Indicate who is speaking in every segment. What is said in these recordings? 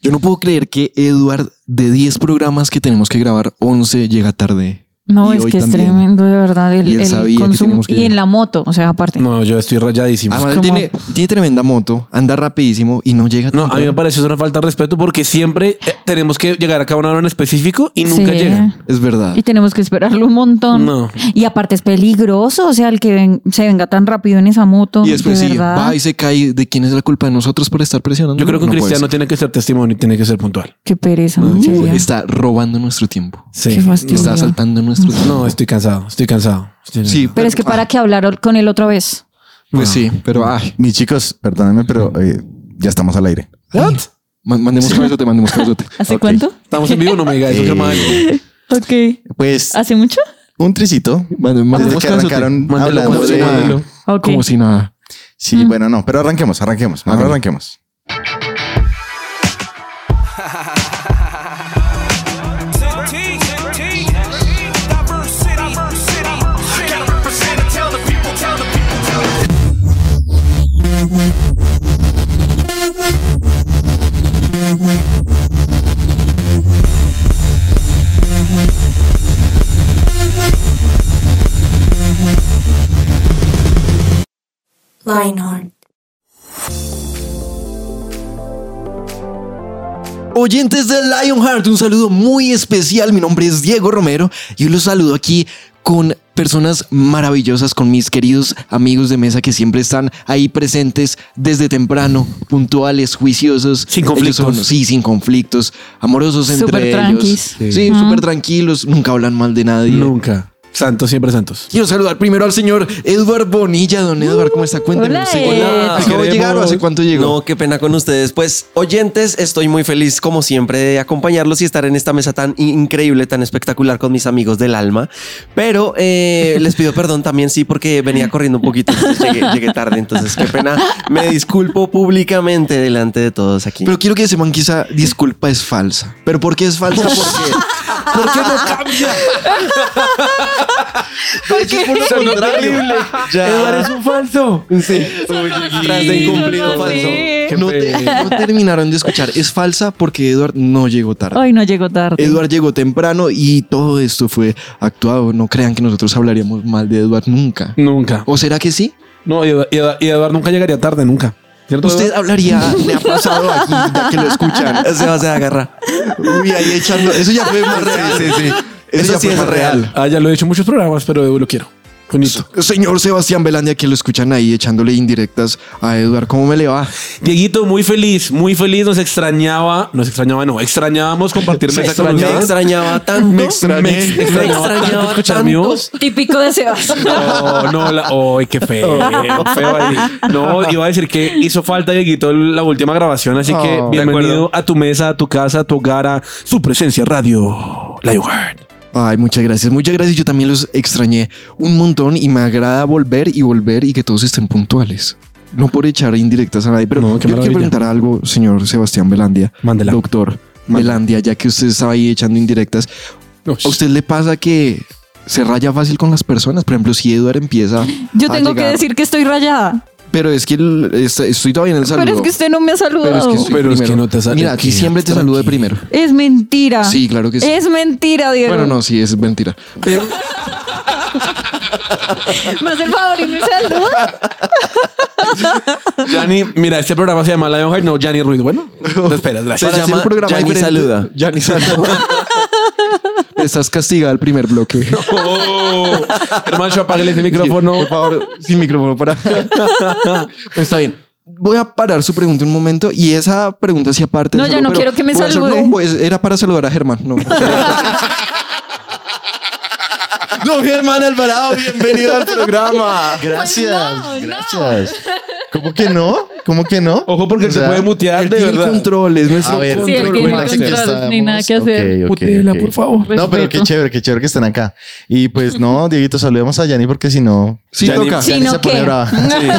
Speaker 1: Yo no puedo creer que Eduard, de 10 programas que tenemos que grabar, 11 llega tarde.
Speaker 2: Ah,
Speaker 3: No,
Speaker 1: Y
Speaker 3: es
Speaker 1: hoy
Speaker 3: que es
Speaker 1: también.
Speaker 3: tremendo, de verdad. El,
Speaker 1: Y él
Speaker 3: el
Speaker 1: sabía que
Speaker 3: consumo
Speaker 1: teníamos que
Speaker 3: y en
Speaker 1: llegar.
Speaker 3: la moto, o sea, aparte.
Speaker 2: No, yo estoy rayadísimo.
Speaker 1: Además,
Speaker 3: como-
Speaker 1: tiene, tiene tremenda moto, anda rapidísimo y no llega
Speaker 2: No, a mí me
Speaker 1: temprano.
Speaker 2: parece una falta de respeto porque siempre eh, tenemos que llegar a cada una hora en específico y nunca
Speaker 3: Sí.
Speaker 2: llegan.
Speaker 1: Es verdad.
Speaker 3: Y tenemos que esperarlo un montón.
Speaker 2: No.
Speaker 3: Y aparte es peligroso, o sea, el que ven- se venga tan rápido en esa moto.
Speaker 1: Y después
Speaker 3: de
Speaker 1: sí,
Speaker 3: verdad.
Speaker 1: va y se cae. ¿De quién es la culpa de nosotros por estar presionando?
Speaker 2: Yo creo que un
Speaker 1: No puede
Speaker 2: cristiano
Speaker 1: ser.
Speaker 2: tiene que ser testimonio y tiene que ser puntual.
Speaker 3: Qué pereza. en serio.
Speaker 1: está robando nuestro tiempo.
Speaker 2: Sí.
Speaker 3: Qué fastidio.
Speaker 1: Está asaltando nuestro tiempo.
Speaker 2: No, estoy cansado, estoy cansado. Estoy-
Speaker 1: Sí, ah,
Speaker 3: Pero es que para que hablar con él otra vez.
Speaker 1: Pues sí, pero ay,
Speaker 4: Mis chicos, perdónenme, pero eh, ya estamos al aire.
Speaker 2: ¿What?
Speaker 1: ma- mandemos cabezote, mandemos cabezote.
Speaker 3: ¿Hace
Speaker 4: Ok.
Speaker 3: cuánto?
Speaker 2: Estamos en vivo, no me digas eso, qué mal.
Speaker 3: Ok.
Speaker 4: Pues
Speaker 3: ¿Hace mucho?
Speaker 4: un tricito.
Speaker 1: Mande-
Speaker 4: Desde
Speaker 1: mandemos
Speaker 4: que
Speaker 1: cabezote.
Speaker 4: arrancaron
Speaker 2: Mándelo,
Speaker 4: hablando
Speaker 1: mándelo, mándelo.
Speaker 4: de...
Speaker 3: Ok.
Speaker 1: Como si nada.
Speaker 4: Sí, bueno, no, pero arranquemos, arranquemos. Ahora arranquemos.
Speaker 5: Lionheart.
Speaker 1: Oyentes de Lionheart, un saludo muy especial. Mi nombre es Diego Romero y los saludo aquí con personas maravillosas, con mis queridos amigos de mesa que siempre están ahí presentes desde temprano, puntuales, juiciosos.
Speaker 2: Sin
Speaker 1: Ellos
Speaker 2: conflictos.
Speaker 1: son- sí, sin conflictos, amorosos entre
Speaker 3: Súper
Speaker 1: ellos.
Speaker 3: tranquis.
Speaker 1: Sí, súper tranquilos, nunca hablan mal de nadie.
Speaker 2: Nunca. Santos, siempre santos.
Speaker 1: Quiero saludar primero al señor Edward Bonilla. Don Edward, ¿cómo está? Cuéntenos.
Speaker 3: hola, eh,
Speaker 1: ¿usted
Speaker 3: Hola,
Speaker 1: ¿Acabó de
Speaker 2: queremos.
Speaker 1: llegar o hace cuánto llegó?
Speaker 6: No, qué pena con ustedes. Pues, oyentes, estoy muy feliz, como siempre, de acompañarlos y estar en esta mesa tan in- increíble, tan espectacular con mis amigos del alma. Pero eh, les pido perdón también, sí, porque venía corriendo un poquito. entonces Llegué, llegué tarde, entonces qué pena. Me disculpo públicamente delante de todos aquí.
Speaker 1: Pero quiero que sepan que esa disculpa es falsa. ¿Pero por qué es falsa? Porque, porque no cambia. De hecho, es por lo contrario.
Speaker 2: Eduardo
Speaker 1: Ya.
Speaker 2: es un falso.
Speaker 1: Sí.
Speaker 6: Tras de incumplido
Speaker 3: no,
Speaker 6: falso.
Speaker 3: sí.
Speaker 1: No, te- no terminaron de escuchar. Es falsa porque Edward no llegó tarde.
Speaker 3: Hoy no llegó tarde.
Speaker 1: Eduard llegó temprano y todo esto fue actuado. No crean que nosotros hablaríamos mal de Eduard nunca.
Speaker 2: Nunca.
Speaker 1: ¿O será que sí?
Speaker 2: No, y Eduardo, y Eduardo- y Eduardo nunca llegaría tarde, nunca. ¿Cierto?
Speaker 1: Usted
Speaker 2: Eduardo?
Speaker 1: hablaría, le ha pasado aquí, ya que lo escuchan.
Speaker 6: Se va a agarrar.
Speaker 1: Uy, ahí echando. Eso ya fue más real. Eso,
Speaker 6: Eso
Speaker 1: ya
Speaker 6: sí
Speaker 1: fue
Speaker 6: es
Speaker 1: más real.
Speaker 6: real.
Speaker 2: Ah, ya lo he hecho en muchos programas, pero Edu lo quiero. Bonito.
Speaker 1: Señor Sebastián Belandia, que lo escuchan ahí echándole indirectas a Eduard. ¿Cómo me le va?
Speaker 2: Dieguito, muy feliz, muy feliz. Nos extrañaba, nos extrañaba, no, extrañábamos compartir mesa con
Speaker 6: Me
Speaker 2: ustedes.
Speaker 6: extrañaba tanto. Me
Speaker 2: extrañé.
Speaker 6: Me
Speaker 2: Extrañaba tanto
Speaker 6: extrañaba
Speaker 2: escuchar
Speaker 6: tanto.
Speaker 2: mi voz.
Speaker 3: Típico de Sebas.
Speaker 2: No, no, la, ay, qué feo, feo ahí. No, iba a decir que hizo falta, Dieguito, la última grabación, así que
Speaker 1: Oh.
Speaker 2: bienvenido a tu mesa, a tu casa, a tu hogar, a su presencia radio. Lionheart.
Speaker 1: Ay, muchas gracias, muchas gracias. Yo también los extrañé un montón y me agrada volver y volver y que todos estén puntuales. No por echar indirectas a nadie, pero
Speaker 2: No,
Speaker 1: yo
Speaker 2: qué
Speaker 1: quiero
Speaker 2: maravilla.
Speaker 1: preguntar algo, señor Sebastián Belandia.
Speaker 2: Mándela.
Speaker 1: Doctor Belandia, ya que usted estaba ahí echando indirectas. ¿A usted le pasa que se raya fácil con las personas? Por ejemplo, si Eduard empieza
Speaker 3: Yo
Speaker 1: a
Speaker 3: tengo que
Speaker 1: llegar-
Speaker 3: decir que estoy rayada.
Speaker 1: Pero es que el- es- estoy todavía en el saludo.
Speaker 3: Pero es que usted no me ha
Speaker 1: Pero es
Speaker 3: saludado.
Speaker 1: que,
Speaker 3: es,
Speaker 1: estoy
Speaker 2: Pero es que
Speaker 1: primero.
Speaker 2: no te sale
Speaker 1: Mira, aquí
Speaker 2: aquí,
Speaker 1: siempre te saludo de
Speaker 2: tranquilo.
Speaker 1: primero.
Speaker 3: mentira.
Speaker 1: Sí, claro que sí.
Speaker 3: Es mentira, Diego.
Speaker 1: Bueno, no, sí, es mentira. Pero
Speaker 3: Me hace el favor y me saluda.
Speaker 2: Yanni, mira, este programa se llama Lionheart, no Yanni Ruiz. Bueno, te esperas,
Speaker 1: se
Speaker 2: gracias.
Speaker 6: Para-
Speaker 1: llama
Speaker 6: llama
Speaker 1: programa
Speaker 6: Yanni
Speaker 1: diferente.
Speaker 6: Saluda.
Speaker 1: Yanni Saluda. Estás castigada al primer bloque.
Speaker 2: Oh, hermano, apágale ese micrófono.
Speaker 1: Por favor, sin micrófono para. Está bien. Voy a parar su pregunta un momento y esa pregunta sí aparte.
Speaker 3: No,
Speaker 1: del
Speaker 3: ya
Speaker 1: saludo,
Speaker 3: no
Speaker 1: pero
Speaker 3: quiero que me
Speaker 1: voy a hacer-
Speaker 3: salude.
Speaker 1: no, pues, era para saludar a Germán. No. Don Germán Alvarado, bienvenido al programa.
Speaker 3: Pues
Speaker 4: Gracias, gracias. ¿Cómo que no? ¿Cómo que no?
Speaker 2: Ojo, porque
Speaker 4: O
Speaker 2: se
Speaker 4: sea,
Speaker 2: puede mutear, de
Speaker 1: Tiene
Speaker 2: verdad.
Speaker 1: controles, nuestro
Speaker 4: A ver,
Speaker 3: Sí, él tiene
Speaker 4: recuerda que
Speaker 3: control,
Speaker 4: estamos-
Speaker 3: ni nada que hacer.
Speaker 4: Ok, ok,
Speaker 2: Putela,
Speaker 4: ok.
Speaker 2: por favor.
Speaker 4: No, pero qué
Speaker 3: Respeto.
Speaker 4: chévere, qué chévere que estén acá. Y pues no, Dieguito, saludemos a Yanni porque si no,
Speaker 1: Sí,
Speaker 2: Yanni-
Speaker 1: toca.
Speaker 3: Sí,
Speaker 4: Yanni
Speaker 3: no,
Speaker 4: se pone
Speaker 3: ¿qué?
Speaker 4: brava.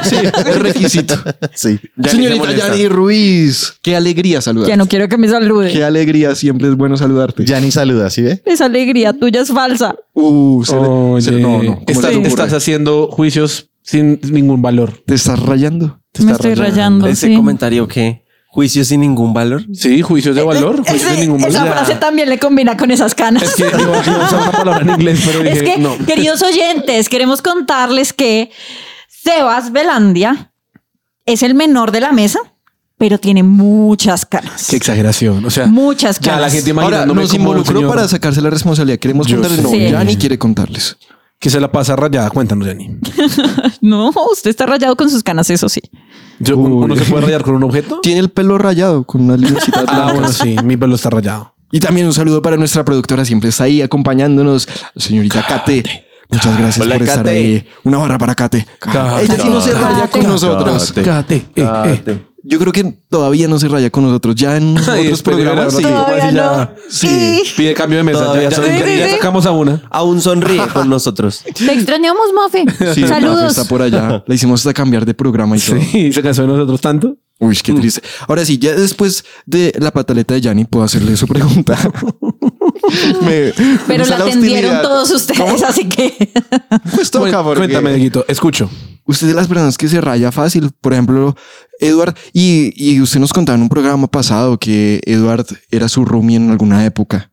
Speaker 1: Sí, es requisito.
Speaker 4: Sí.
Speaker 2: Ya ni se
Speaker 1: Señorita
Speaker 2: molesta.
Speaker 1: Yani Ruiz, qué alegría saludarte.
Speaker 3: Ya no quiero que me salude.
Speaker 1: Qué alegría, siempre es bueno saludarte.
Speaker 4: Yanni saluda, ¿sí ve?
Speaker 3: Esa alegría tuya es falsa.
Speaker 1: Uh, se le-
Speaker 2: Oye,
Speaker 1: se le- no, no. ¿cómo
Speaker 2: estás,
Speaker 1: se te ocurre?
Speaker 2: estás haciendo juicios sin ningún valor.
Speaker 1: Te estás rayando.
Speaker 3: me estoy rayando.
Speaker 6: Ese
Speaker 3: sí.
Speaker 6: comentario que Juicios sin ningún valor.
Speaker 2: Sí, juicios de valor, juicios de
Speaker 3: Eh, Ese-
Speaker 2: ningún
Speaker 3: esa
Speaker 2: valor.
Speaker 3: frase también le combina con esas canas.
Speaker 2: Es que iba iba a usar una palabra en inglés, pero dije,
Speaker 3: Es que,
Speaker 2: no.
Speaker 3: queridos oyentes, queremos contarles que Sebas Belandia es el menor de la mesa, pero tiene muchas canas.
Speaker 2: Qué exageración. O sea,
Speaker 3: Muchas
Speaker 2: ya
Speaker 3: canas.
Speaker 2: la gente
Speaker 1: Ahora,
Speaker 2: imaginándome
Speaker 1: nos
Speaker 2: como un
Speaker 1: involucró
Speaker 2: señor
Speaker 1: para sacarse la responsabilidad. Queremos
Speaker 2: Yo
Speaker 1: contarles. No,
Speaker 3: sé.
Speaker 1: Yanni quiere contarles.
Speaker 2: que se la pasa rayada. Cuéntanos, Jenny.
Speaker 3: No, usted está rayado con sus canas, eso sí.
Speaker 2: Yo- ¿Uno se puede rayar con un objeto?
Speaker 1: Tiene el pelo rayado con una luminosidad
Speaker 2: Ah,
Speaker 1: blanca.
Speaker 2: bueno, sí, mi pelo está rayado.
Speaker 1: Y también un saludo para nuestra productora, siempre está ahí acompañándonos, señorita Kate. Muchas gracias
Speaker 6: Hola,
Speaker 1: por estar
Speaker 6: Kate.
Speaker 1: ahí. Una barra para Kate.
Speaker 2: Kate.
Speaker 1: Ella sí no se raya con
Speaker 3: Kate.
Speaker 1: nosotros.
Speaker 6: Kate.
Speaker 2: Cágate. eh, eh.
Speaker 1: Yo creo que todavía no se raya con nosotros. Ya en
Speaker 2: Ay,
Speaker 1: otros
Speaker 2: espere,
Speaker 1: programas sí.
Speaker 2: ahora sí.
Speaker 3: Todavía
Speaker 2: Así ya-
Speaker 3: no.
Speaker 2: Sí, pide cambio de mesa. Ya,
Speaker 6: Todavía
Speaker 2: ya-
Speaker 6: son-
Speaker 2: ya-
Speaker 3: Sí, sí,
Speaker 2: ya
Speaker 3: sí.
Speaker 2: sacamos a una.
Speaker 6: Aún sonríe con nosotros.
Speaker 3: Te extrañamos, Mafe.
Speaker 1: Sí, Mafe
Speaker 3: Saludos.
Speaker 1: está por allá. La hicimos hasta cambiar de programa y todo.
Speaker 2: Sí, se cansó de nosotros tanto.
Speaker 1: Uy, qué triste. Ahora sí, ya después de la pataleta de Yanni, puedo hacerle su pregunta. Me- me
Speaker 3: pero
Speaker 1: gusta
Speaker 3: la atendieron
Speaker 1: hostilidad.
Speaker 3: todos ustedes, así que
Speaker 1: Pues toca,
Speaker 2: Cuen-
Speaker 1: porque-
Speaker 2: Cuéntame, Dieguito. Escucho.
Speaker 1: Usted es de las personas que se raya fácil. Por ejemplo, Edward, y, y usted nos contaba en un programa pasado que Edward era su roomie en alguna época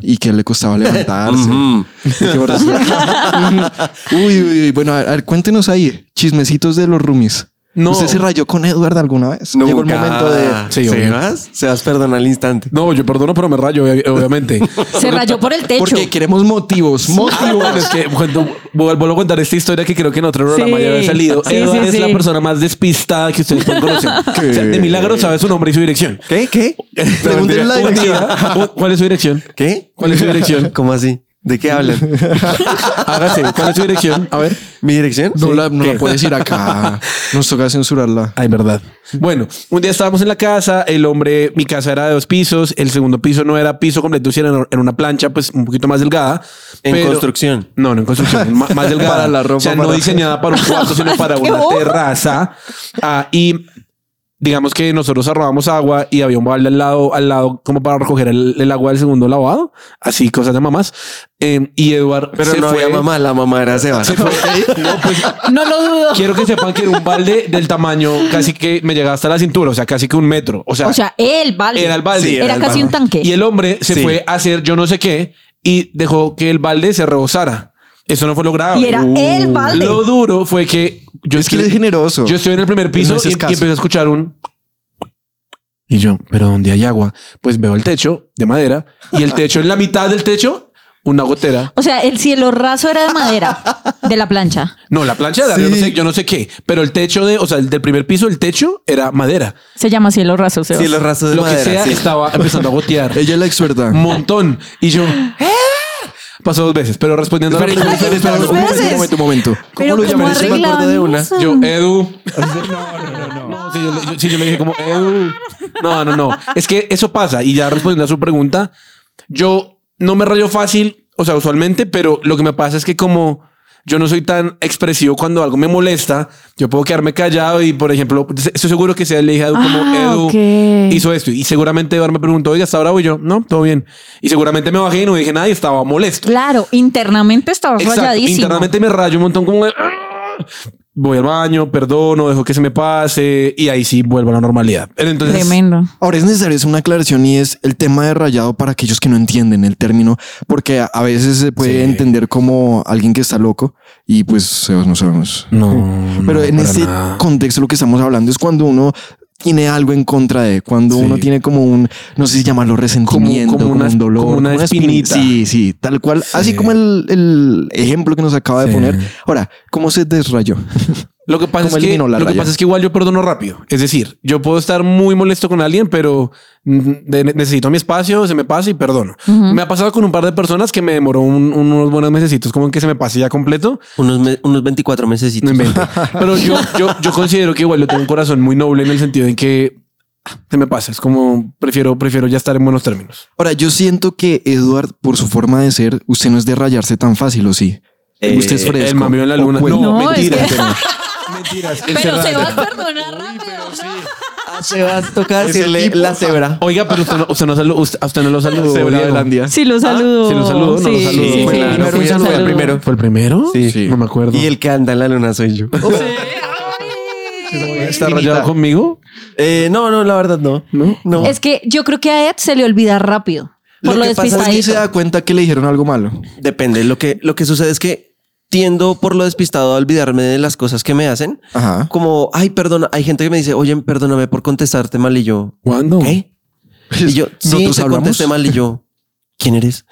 Speaker 1: y que le costaba levantarse.
Speaker 6: Ujú.
Speaker 1: Y que por eso- uy, uy, uy. Bueno, a ver, a ver, cuéntenos ahí, chismecitos de los roomies.
Speaker 2: No.
Speaker 1: ¿Usted se rayó con Edward alguna vez? Llegó el
Speaker 6: Nunca.
Speaker 1: momento de...
Speaker 2: Sí, obvio.
Speaker 6: Sebas, Sebas, perdona al instante.
Speaker 2: No, yo perdono, pero me rayo, obvia- obviamente.
Speaker 3: se rayó por el techo.
Speaker 1: Porque queremos motivos,
Speaker 2: Motivo,
Speaker 1: motivos.
Speaker 2: bueno, es que cuando vuelvo a contar esta historia que creo que en otro programa
Speaker 3: Sí.
Speaker 2: ya había salido.
Speaker 3: Sí,
Speaker 2: Edward
Speaker 3: sí,
Speaker 2: es
Speaker 3: sí.
Speaker 2: la persona más despistada que ustedes pueden conocer. O sea, de milagro sabe su nombre y su dirección.
Speaker 6: ¿Qué? ¿Qué?
Speaker 1: Pregúntenle la
Speaker 2: Un
Speaker 1: dirección.
Speaker 2: día- un- ¿Cuál es su dirección?
Speaker 6: ¿Qué?
Speaker 2: ¿Cuál es su dirección?
Speaker 6: ¿Cómo así? ¿De qué hablan?
Speaker 2: Hágase. ¿Cuál es su dirección? A ver.
Speaker 6: ¿Mi dirección?
Speaker 1: No,
Speaker 6: Sí.
Speaker 1: la, no la
Speaker 2: ¿Qué?
Speaker 1: puedes ir acá. Nos toca censurarla.
Speaker 2: Ay, verdad. Bueno, un día estábamos en la casa, el hombre, mi casa era de dos pisos, el segundo piso no era piso completo, sino era en una plancha, pues un poquito más delgada.
Speaker 6: En
Speaker 2: pero-
Speaker 6: construcción.
Speaker 2: No, no en construcción, ma- más delgada.
Speaker 1: Para la ropa,
Speaker 2: O sea, no
Speaker 1: para-
Speaker 2: diseñada para un cuarto, sino para
Speaker 3: ¡Qué
Speaker 2: una
Speaker 3: bobo!
Speaker 2: terraza. Ah, y digamos que nosotros arrobamos agua y había un balde al lado, al lado, como para recoger el, el agua del segundo lavado. Así, cosas de mamás. Eh, y Eduard
Speaker 6: Pero
Speaker 2: se
Speaker 6: no
Speaker 2: fue.
Speaker 6: había mamá, la mamá era Sebas.
Speaker 3: No lo dudo.
Speaker 2: pues, Quiero que sepan que era un balde del tamaño casi que me llegaba hasta la cintura, o sea, casi que un metro. O sea,
Speaker 3: O sea, él, vale.
Speaker 2: era el balde.
Speaker 6: Sí,
Speaker 3: era,
Speaker 6: era el
Speaker 3: casi
Speaker 6: balde.
Speaker 3: un tanque.
Speaker 2: Y el hombre se
Speaker 6: Sí.
Speaker 2: fue a hacer yo no sé qué y dejó que el balde se rebosara. Eso no fue logrado.
Speaker 3: Y era el
Speaker 6: Uh.
Speaker 3: balde.
Speaker 2: Lo duro fue que yo
Speaker 1: Es que él es generoso.
Speaker 2: Yo estoy en el primer piso
Speaker 1: No es
Speaker 2: y, y
Speaker 1: escaso.
Speaker 2: empecé a escuchar un y yo, pero donde hay agua, pues veo el techo de madera y el techo en la mitad del techo una gotera.
Speaker 3: O sea, el cielo raso era de madera, de la plancha.
Speaker 2: No, la plancha de arriba,
Speaker 1: Sí.
Speaker 2: yo, no sé, yo no sé qué, pero el techo de, o sea, el del primer piso, el techo era madera.
Speaker 3: Se llama cielo raso, Sebas.
Speaker 6: Sí, los rasos de
Speaker 2: Lo
Speaker 6: madera.
Speaker 2: que sea
Speaker 6: sí.
Speaker 2: estaba empezando a gotear.
Speaker 1: Ella es la experta.
Speaker 2: un montón. Y yo, ¡eh! pasó dos veces, pero respondiendo a la
Speaker 1: Espera,
Speaker 2: pregunta,
Speaker 1: espera, espera,
Speaker 3: Dos
Speaker 1: un momento,
Speaker 3: veces.
Speaker 1: un momento, un momento.
Speaker 3: Pero
Speaker 1: lo
Speaker 3: como
Speaker 1: llaman? Eso me acuerdo
Speaker 3: arreglaban
Speaker 1: de una.
Speaker 3: eso.
Speaker 2: yo, Edu. No, no, no, no. Sí, yo, le- yo- sí, yo le dije como, Edu. No, no, no. Es que eso pasa. Y ya respondiendo a su pregunta, yo no me rayo fácil, o sea, usualmente, pero lo que me pasa es que como yo no soy tan expresivo cuando algo me molesta, yo puedo quedarme callado y, por ejemplo, se- estoy seguro que sea le dije a Edu como,
Speaker 3: Ah,
Speaker 2: Edu,
Speaker 3: ok.
Speaker 2: hizo esto. Y seguramente Eduardo me preguntó, oiga, ¿está bravo? Y yo, no, todo bien. Y seguramente me bajé y no dije nada y estaba molesto.
Speaker 3: Claro, internamente estaba
Speaker 2: Exacto.
Speaker 3: rayadísimo.
Speaker 2: Internamente me rayo un montón como de, "Ah". voy al baño, perdono, dejo que se me pase y ahí sí vuelvo a la normalidad. Pero Entonces,
Speaker 3: Tremendo.
Speaker 1: Ahora es necesario hacer una aclaración y es el tema de rayado para aquellos que no entienden el término, porque a- a veces se puede
Speaker 2: Sí.
Speaker 1: entender como alguien que está loco y pues Sebas, no sabemos.
Speaker 2: No,
Speaker 1: Pero
Speaker 2: no,
Speaker 1: en
Speaker 2: para
Speaker 1: este
Speaker 2: nada.
Speaker 1: contexto lo que estamos hablando es cuando uno tiene algo en contra de, cuando
Speaker 2: Sí.
Speaker 1: uno tiene como un, no sé si llamarlo resentimiento, como,
Speaker 2: Como- como una-
Speaker 1: un dolor,
Speaker 2: como una
Speaker 1: espini-
Speaker 2: espinita.
Speaker 1: Sí, sí, tal cual. Así como el, el ejemplo que nos acaba de
Speaker 2: Sí.
Speaker 1: poner. Ahora, ¿cómo se desrayó?
Speaker 2: Lo que pasa
Speaker 1: ¿Cómo
Speaker 2: es que
Speaker 1: eliminó la
Speaker 2: lo que
Speaker 1: raya?
Speaker 2: pasa es que igual yo perdono rápido. Es decir, yo puedo estar muy molesto con alguien, pero mm, de- necesito mi espacio, se me pasa y perdono. Me ha pasado con un par de personas que me demoró un- unos buenos mesecitos, como en que se me pase ya completo.
Speaker 6: Unos, me- unos 24 meses.
Speaker 2: No invento. Pero yo, yo, yo considero que igual yo tengo un corazón muy noble en el sentido en que ah, se me pasa. Es como prefiero, prefiero ya estar en buenos términos.
Speaker 1: Ahora, yo siento que Eduard, por su forma de ser, usted no es de rayarse tan fácil, ¿o sí?
Speaker 6: Eh,
Speaker 1: usted es fresco.
Speaker 2: el mamío en la
Speaker 1: o
Speaker 2: luna.
Speaker 1: cuello.
Speaker 3: No, es
Speaker 2: mentiras.
Speaker 3: que-
Speaker 2: Mentiras.
Speaker 3: Pero se va a perdonar rápido. Ah,
Speaker 6: Sebas, toca decirle la cebra.
Speaker 2: Oiga, pero usted no, usted no, salu- usted- a usted no lo saludó. Diego.
Speaker 3: Sí, lo saludo.
Speaker 2: Sí, lo saludo, no lo
Speaker 3: Sí,
Speaker 2: saludo.
Speaker 3: sí,
Speaker 6: Fue
Speaker 3: sí,
Speaker 6: la-
Speaker 3: sí,
Speaker 6: no
Speaker 3: sí, lo
Speaker 6: fui yo, fue el
Speaker 3: saludo.
Speaker 6: primero.
Speaker 2: ¿Fue el primero?
Speaker 6: Sí.
Speaker 2: No me acuerdo.
Speaker 3: Oh,
Speaker 6: Y el que anda en la luna soy yo.
Speaker 3: Ay,
Speaker 2: ¿Está rayado conmigo?
Speaker 6: Eh, no, no, la verdad no.
Speaker 2: ¿No?
Speaker 6: No.
Speaker 3: Es que yo creo que a Ed se le olvida rápido. Por
Speaker 6: Lo
Speaker 3: lo,
Speaker 6: que pasa es que
Speaker 1: ¿Por qué se
Speaker 3: despistadito.
Speaker 1: da cuenta que le dijeron algo malo?
Speaker 6: Depende. Lo que, lo que sucede es que tiendo por lo despistado a olvidarme de las cosas que me hacen.
Speaker 1: Ajá.
Speaker 6: Como, ay, perdona. Hay gente que me dice, oye, perdóname por contestarte mal y yo.
Speaker 2: ¿Cuándo?
Speaker 6: ¿Qué? Y yo, sí,
Speaker 1: ¿Nosotros
Speaker 6: te
Speaker 1: hablamos?
Speaker 6: contesté mal y yo. ¿Quién eres?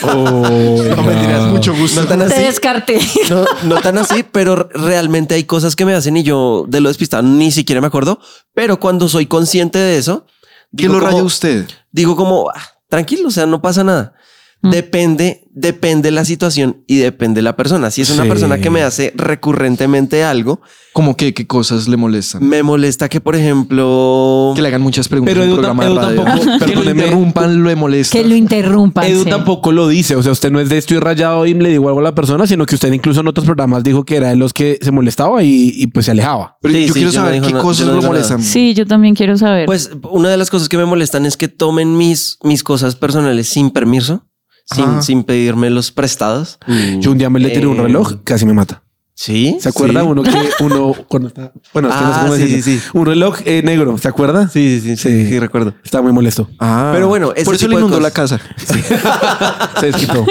Speaker 2: Oh,
Speaker 4: No, mentiras, Ah. mucho gusto.
Speaker 6: Ah. No tan
Speaker 3: Te
Speaker 6: así.
Speaker 3: descarté.
Speaker 6: No, no tan así, pero realmente hay cosas que me hacen y yo de lo despistado ni siquiera me acuerdo. Pero cuando soy consciente de eso,
Speaker 1: ¿Qué
Speaker 6: digo
Speaker 1: lo raya
Speaker 6: como-
Speaker 1: usted?
Speaker 6: digo como "Ah, tranquilo, o sea, no pasa nada.
Speaker 2: Mm.
Speaker 6: Depende, depende la situación y depende la persona. Si es una
Speaker 2: Sí.
Speaker 6: persona que me hace recurrentemente algo,
Speaker 1: Como que qué cosas le molestan.
Speaker 6: me molesta que, por ejemplo,
Speaker 1: Que le hagan muchas preguntas
Speaker 2: Pero
Speaker 1: en un
Speaker 2: Edu tam-
Speaker 1: programa de
Speaker 2: Edu
Speaker 1: radio.
Speaker 2: tampoco-
Speaker 1: que lo
Speaker 2: perdóneme.
Speaker 1: interrumpan, le molesta.
Speaker 3: Que lo interrumpan.
Speaker 2: Edu
Speaker 3: sí.
Speaker 2: tampoco lo dice. O sea, usted no es de estoy rayado y le digo algo a la persona, sino que usted incluso en otros programas dijo que era de los que se molestaba y, y pues se alejaba.
Speaker 1: Pero
Speaker 6: Sí,
Speaker 1: yo
Speaker 6: sí,
Speaker 1: quiero
Speaker 6: yo no
Speaker 1: saber
Speaker 6: digo
Speaker 1: qué
Speaker 6: nada, yo
Speaker 1: cosas
Speaker 6: no
Speaker 1: lo
Speaker 6: digo nada.
Speaker 1: molestan.
Speaker 7: Sí, yo también quiero saber.
Speaker 6: pues una de las cosas que me molestan es que tomen mis, mis cosas personales sin permiso, sin,
Speaker 1: Ah.
Speaker 6: sin pedirme los prestados.
Speaker 2: Yo un día me le tiré un
Speaker 6: Eh.
Speaker 2: reloj, casi me mata.
Speaker 6: Sí.
Speaker 2: ¿Se acuerda uno que uno cuando está- Bueno, es que no sé
Speaker 6: Ah,
Speaker 2: cómo
Speaker 6: sí,
Speaker 2: decirlo.
Speaker 6: sí, sí.
Speaker 2: Un reloj eh, negro, ¿se acuerda?
Speaker 6: Sí, sí, sí, sí, sí, recuerdo.
Speaker 2: Está muy molesto.
Speaker 1: Ah,
Speaker 6: Pero bueno, ese
Speaker 1: por eso
Speaker 6: tipo
Speaker 1: le
Speaker 6: de
Speaker 1: inundó la
Speaker 6: cosas.
Speaker 1: casa.
Speaker 2: Se desquitó.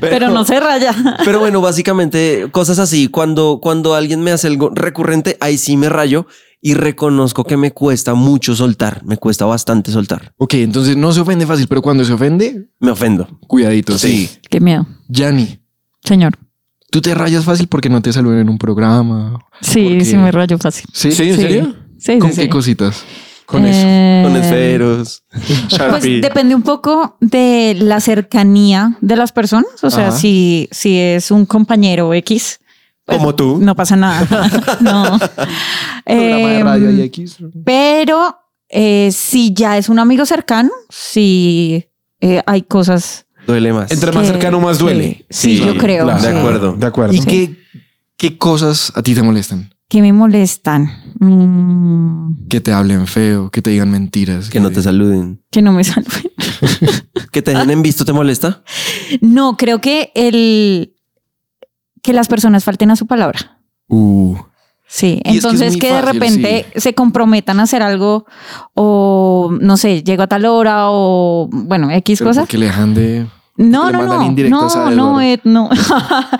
Speaker 3: Pero no se raya.
Speaker 6: Pero bueno, básicamente cosas así. Cuando, cuando alguien me hace algo recurrente, ahí sí me rayo y reconozco que me cuesta mucho soltar. Me cuesta bastante soltar.
Speaker 1: Ok, entonces no se ofende fácil, pero cuando se ofende,
Speaker 6: Me ofendo.
Speaker 1: cuidadito.
Speaker 6: Sí.
Speaker 7: Qué miedo.
Speaker 1: Yanni,
Speaker 7: Señor.
Speaker 1: tú te rayas fácil porque no te saludan en un programa.
Speaker 7: Sí,
Speaker 1: Porque-
Speaker 7: sí me rayo fácil.
Speaker 1: Sí.
Speaker 2: ¿Sí? ¿En
Speaker 7: Sí.
Speaker 2: serio?
Speaker 7: Sí,
Speaker 1: ¿Con
Speaker 7: sí,
Speaker 1: qué
Speaker 7: sí.
Speaker 1: cositas?
Speaker 2: Con eso.
Speaker 7: Eh,
Speaker 6: Con esferos.
Speaker 3: Pues depende un poco de la cercanía de las personas. O sea,
Speaker 1: Ajá.
Speaker 3: si, si es un compañero X. pues,
Speaker 6: Como tú.
Speaker 3: No pasa nada. no.
Speaker 1: Programa de
Speaker 3: Em,
Speaker 1: radio y X.
Speaker 3: pero eh, si ya es un amigo cercano, si hay cosas.
Speaker 6: Duele más.
Speaker 2: Entre más
Speaker 3: que-
Speaker 2: cercano, más duele.
Speaker 3: que- sí,
Speaker 6: Sí,
Speaker 3: yo creo.
Speaker 2: claro.
Speaker 3: sí.
Speaker 6: de acuerdo.
Speaker 4: De acuerdo.
Speaker 1: ¿Y qué, qué cosas a ti te molestan?
Speaker 3: Que me molestan. Mm,
Speaker 1: Que te hablen feo, que te digan mentiras.
Speaker 6: Que no te saluden.
Speaker 3: que no me salven.
Speaker 6: Que te den en visto te molesta.
Speaker 3: No, creo que el que las personas falten a su palabra.
Speaker 1: Uh,
Speaker 3: Sí,
Speaker 1: Y es que es
Speaker 3: entonces
Speaker 1: muy
Speaker 3: que, de
Speaker 1: fácil,
Speaker 3: repente se comprometan a hacer algo o no sé, llego a tal hora o bueno, X
Speaker 1: pero
Speaker 3: cosas.
Speaker 1: porque le dejan de...
Speaker 3: No,
Speaker 1: le
Speaker 3: no,
Speaker 1: mandan
Speaker 3: no,
Speaker 1: indirectas
Speaker 3: no,
Speaker 1: a
Speaker 3: no,
Speaker 1: Eduardo.
Speaker 3: Ed, no.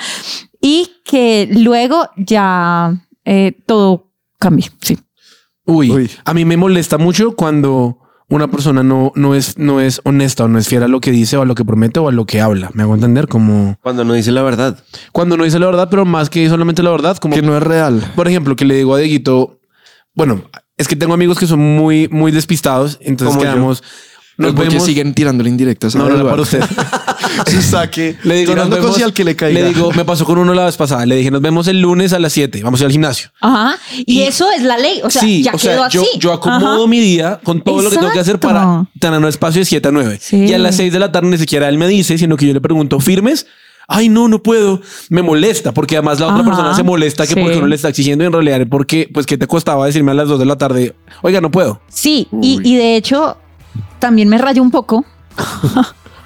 Speaker 3: y que luego ya eh, todo cambie. Sí.
Speaker 2: Uy,
Speaker 4: Uy.
Speaker 2: a mí me molesta mucho cuando una persona no, no, es, no es honesta o no es fiel a lo que dice o a lo que promete o a lo que habla. Me hago entender como
Speaker 6: Cuando no dice la verdad.
Speaker 2: cuando no dice la verdad, pero más que solamente la verdad, como
Speaker 1: Que no es real.
Speaker 2: por ejemplo, que le digo a Dieguito, bueno, es que tengo amigos que son muy, muy despistados, entonces
Speaker 6: Como yo.
Speaker 2: quedamos.
Speaker 1: No,
Speaker 2: Nos
Speaker 1: porque
Speaker 2: vemos.
Speaker 1: siguen tirándole indirectas. a
Speaker 2: No, no, no,
Speaker 1: Eduardo.
Speaker 2: para usted.
Speaker 4: Se saque.
Speaker 2: Le digo,
Speaker 4: tirando
Speaker 2: nos vemos-
Speaker 4: cosas al que le caiga.
Speaker 2: Le digo, me pasó con uno la vez pasada. Le dije, nos vemos el lunes a las 7. Vamos a ir al gimnasio.
Speaker 3: Ajá. Y, eso es la ley. O sea,
Speaker 2: sí,
Speaker 3: ya
Speaker 2: o sea,
Speaker 3: quedó
Speaker 2: yo,
Speaker 3: así.
Speaker 2: yo acomodo
Speaker 3: Ajá.
Speaker 2: mi día con todo lo que tengo que hacer para
Speaker 3: Exacto.
Speaker 2: tener un espacio de 7 a 9.
Speaker 3: Sí.
Speaker 2: Y a las 6 de la tarde ni siquiera él me dice, sino que yo le pregunto, ¿firmes? Ay, no, no puedo. Me molesta porque además la otra
Speaker 3: Ajá.
Speaker 2: persona se molesta que
Speaker 3: Sí.
Speaker 2: porque uno le está exigiendo y en realidad porque pues que te costaba decirme a las 2 de la tarde, oiga, no puedo.
Speaker 3: Sí, y, y de hecho también me rayó un poco.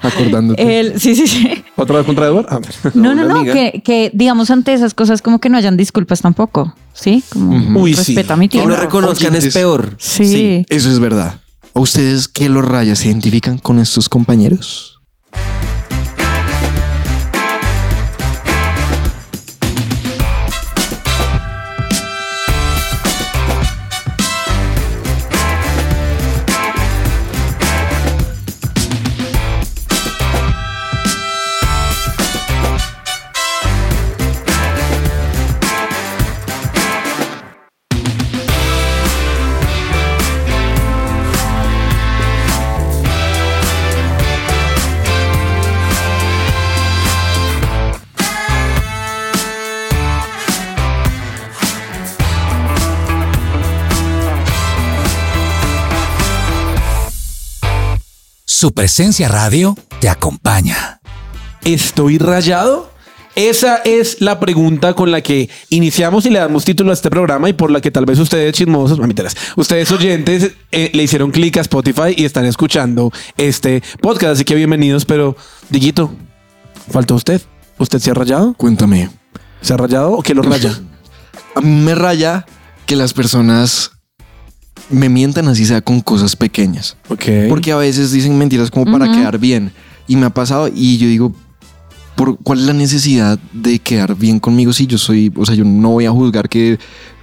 Speaker 1: Acordándote.
Speaker 3: El, sí, sí, sí.
Speaker 2: Otra vez contra Edward. Ah.
Speaker 3: No, no,
Speaker 6: una
Speaker 3: no,
Speaker 6: amiga.
Speaker 3: que, que, digamos ante esas cosas como que no hayan disculpas tampoco, ¿sí? Como
Speaker 1: Ujú.
Speaker 2: Uy, sí.
Speaker 3: respeta mi
Speaker 6: Que
Speaker 3: tiempo.
Speaker 6: no reconozcan es
Speaker 1: Oyentes.
Speaker 6: peor.
Speaker 7: Sí.
Speaker 3: eh.
Speaker 1: Eso es verdad. ¿A ustedes qué los rayas se identifican con estos compañeros?
Speaker 8: Su presencia radio te acompaña.
Speaker 2: ¿Estoy rayado? Esa es la pregunta con la que iniciamos y le damos título a este programa y por la que tal vez ustedes chismosos, mamiteras, ustedes oyentes eh, le hicieron clic a Spotify y están escuchando este podcast. Así que bienvenidos, pero Diguito, falta usted. ¿Usted se ha rayado?
Speaker 1: Cuéntame.
Speaker 2: ¿Se ha rayado o qué lo raya?
Speaker 1: A mí me raya que las personas me mientan así sea con cosas pequeñas.
Speaker 2: Ok.
Speaker 1: Porque a veces dicen mentiras como para
Speaker 7: Ujú.
Speaker 1: quedar bien. Y me ha pasado y yo digo, ¿por ¿cuál es la necesidad de quedar bien conmigo si yo soy, o sea, yo no voy a juzgar que